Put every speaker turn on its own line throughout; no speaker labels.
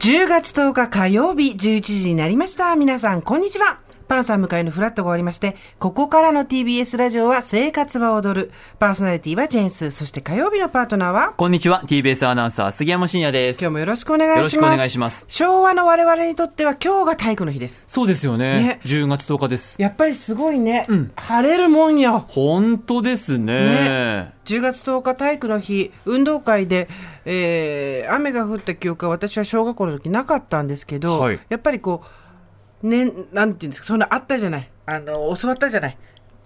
10月10日火曜日11時になりました。皆さん、こんにちは。パンさん向かいのフラットが終わりまして、ここからの TBS ラジオは生活は踊る。パーソナリティはジェンス。そして火曜日のパートナーは
こんにちは。TBS アナウンサー、杉山真也です。
今日もよろしくお願いします。
よろしくお願いします。
昭和の我々にとっては今日が体育の日です。
そうですよね。ね10月10日です。
やっぱりすごいね。うん、晴れるもんよ。
本当ですね,ね
10月10日体育の日運動会で、えー、雨が降った記憶は私は小学校の時なかったんですけど、はい、やっぱりこう、ね、なんていうんですかそんなあったじゃないあの教わったじゃない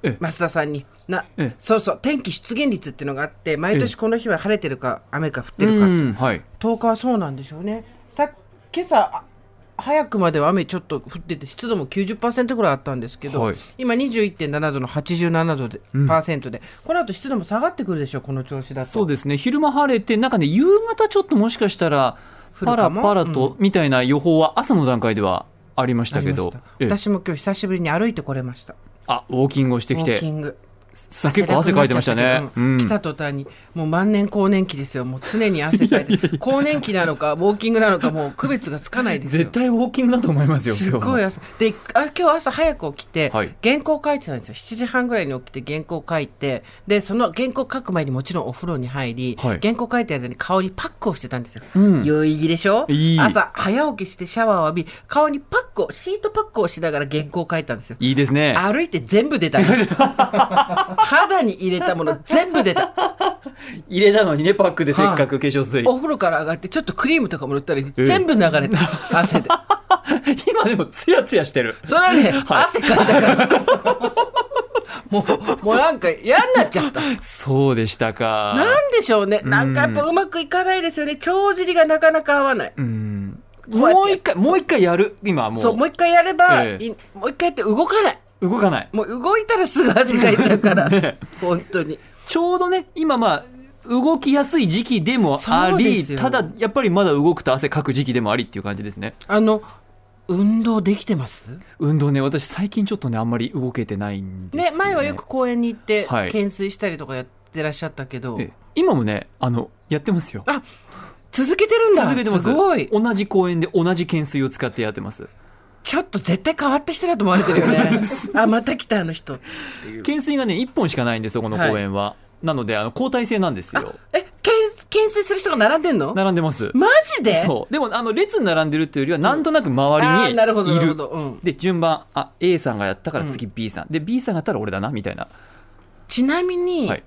増田さんになそうそう天気出現率っていうのがあって毎年この日は晴れてるか雨か降ってるかってはい、10日はそうなんでしょうねさ今朝早くまでは雨ちょっと降ってて湿度も90%ぐらいあったんですけど、はい、今21.7度の87度で、うん、パーセントでこの後湿度も下がってくるでしょうこの調子だと
そうですね昼間晴れてなんかね夕方ちょっともしかしたらパラパラとみたいな予報は朝の段階ではありましたけど、
うん、私も今日久しぶりに歩いてこれました
あウォーキングをしてきて
ウォーキング
結構汗かいてましたね、
うん、来た途端にもう万年更年期ですよもう常に汗かいて更年期なのかウォーキングなのかもう区別がつかないです
絶対ウォーキングだと思いますよ
すごい汗であ今日朝早く起きて、はい、原稿書いてたんですよ7時半ぐらいに起きて原稿書いてでその原稿書く前にもちろんお風呂に入り、はい、原稿書いてる間に顔にパックをしてたんですよ、うん、有意義でしょい朝早起きしてシャワーを浴び顔にパックをシートパックをしながら原稿書いたんですよ
いいですね
歩いて全部出たんです 肌に入れたもの全部出た
入れたのにねパックでせっかく化粧水、
はあ、お風呂から上がってちょっとクリームとかも塗ったり、えー、全部流れた汗で
今でもツヤツヤしてる
それはね、 はい、汗かいたからもう、もうなんか嫌になっちゃった。
そうでしたか。
なんでしょうね。なんかやっぱうまくいかないですよね。帳尻がなかなか合わない。
もう一回、もう一回やる。今もう。
そう、もう一回やれば、えー、もう一回やって動かない。
動かない
もう動いたらすぐ汗かいちゃうから、ね、 本当に
ちょうどね今まあ動きやすい時期でもありただやっぱりまだ動くと汗かく時期でもありっていう感じですね
あの運動できてます
運動ね私最近ちょっとねあんまり動けてないんです
ね、ね、前はよく公園に行って懸垂したりとかやってらっしゃったけど、はい、
今もねあのやってますよ
あ続けてるんだ
続けてます
すごい
同じ公園で同じ懸垂を使ってやってます
ちょっと絶対変わった人だと思われてるよ ね。あ、また来たあの人っていう。
懸垂がね、1本しかないんですよ、この公園は。はい、なので、あの、交代制なんですよ。
え、懸垂する人が並んでんの
並んでます。
マジで
そう。でも、あの、列に並んでるっていうよりは、なんとなく周りにいる。うん、なるうん、で、順番、あ、A さんがやったから次 B さん。うん、で、B さんがやったら俺だな、みたいな。
ちなみに、はい、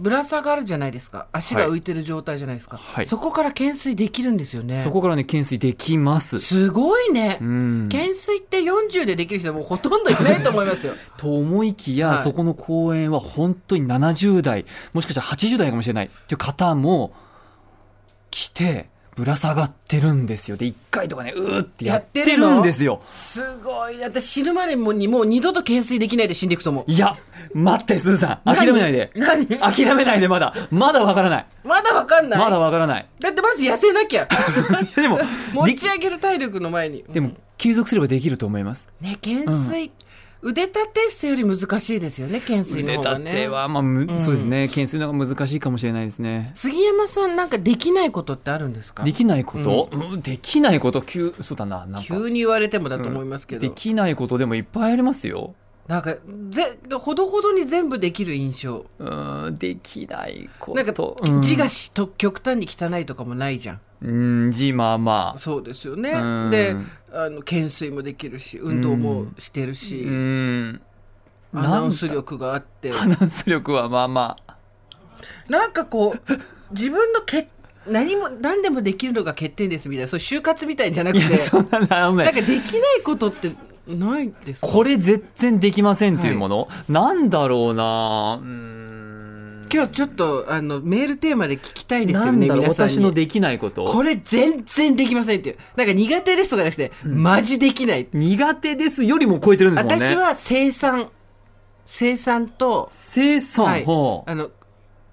ぶら下があるじゃないですか足が浮いてる状態じゃないですか、はい、そこから懸垂できるんですよね
そこからね懸垂できます
すごいね、うん、懸垂って40でできる人もうほとんどいないと思います よ
と思いきや、はい、そこの公園は本当に70代もしかしたら80代かもしれないっていう方も来てぶら下がってるんですよで1回とかねうーってやってるんですよ
すごい私死ぬまでもにもう二度と懸垂できないで死んでいくと思う
いや待ってすずさん諦めないで
何
諦めないでまだまだわからない
まだわかんない
まだわから ない
だってまず痩せなきゃ
でも
持ち上げる体力の前に
でも継続すればできると思います
ね懸垂、うん腕立て伏せより難しいですよね、懸垂の方が、ね、
腕立ては、まあ、うん、そうですね、懸垂の方が難しいかもしれないですね。
杉山さん、なんかできないことってあるんですか
できないこと、うん、できないこと、急、そうだな、な
急に言われてもだと思いますけど、
うん、できないことでもいっぱいありますよ。
なんかぜほどほどに全部できる印象
うんできないこと
なんか、うん、字がしと極端に汚いとかもないじゃん
うん字まあまあ
そうですよねであの懸垂もできるし運動もしてるしうんアナウンス力があって
アナウンス力はまあまあ
なんかこう自分の欠何も何でもできるのが欠点ですみたいなそう就活みたいじゃなくて
そんななん
かできないことってないです
これ絶対できませんというもの、はい、なんだろうなうん
今日ちょっとあのメールテーマで聞きたいですよね
私のできないこと
これ全然できませんっていうなんか苦手ですとかじゃなくて、うん、マジできない
苦手ですよりも超えてるんですもんね
私は生産生産と
生産、はい、
あの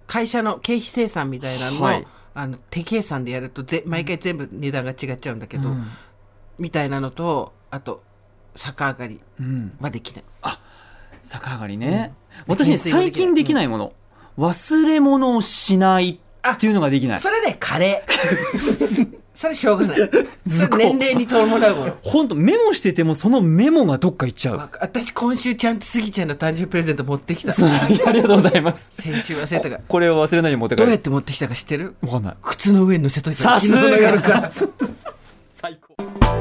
会社の経費生産みたいなのを、はい、あの手計算でやるとぜ毎回全部値段が違っちゃうんだけど、うん、みたいなのとあと逆上がりはできない、うん、
あ逆上がりね、うん、私ね最近できないもの、うん、忘れ物をしないっていうのができない
それねカレー それしょうがないそれ年齢に伴うもの
本当メモしててもそのメモがどっか行っちゃう
わ私今週ちゃんとスギちゃんの誕生日プレゼント持ってきた
そう ありがとうございます
先週忘れたが
ここれを忘れないように持って帰
どうやっ
る
て持ってきたか知ってる
わかんない
靴の上に乗せといた
さすが
昨日の夜から
最高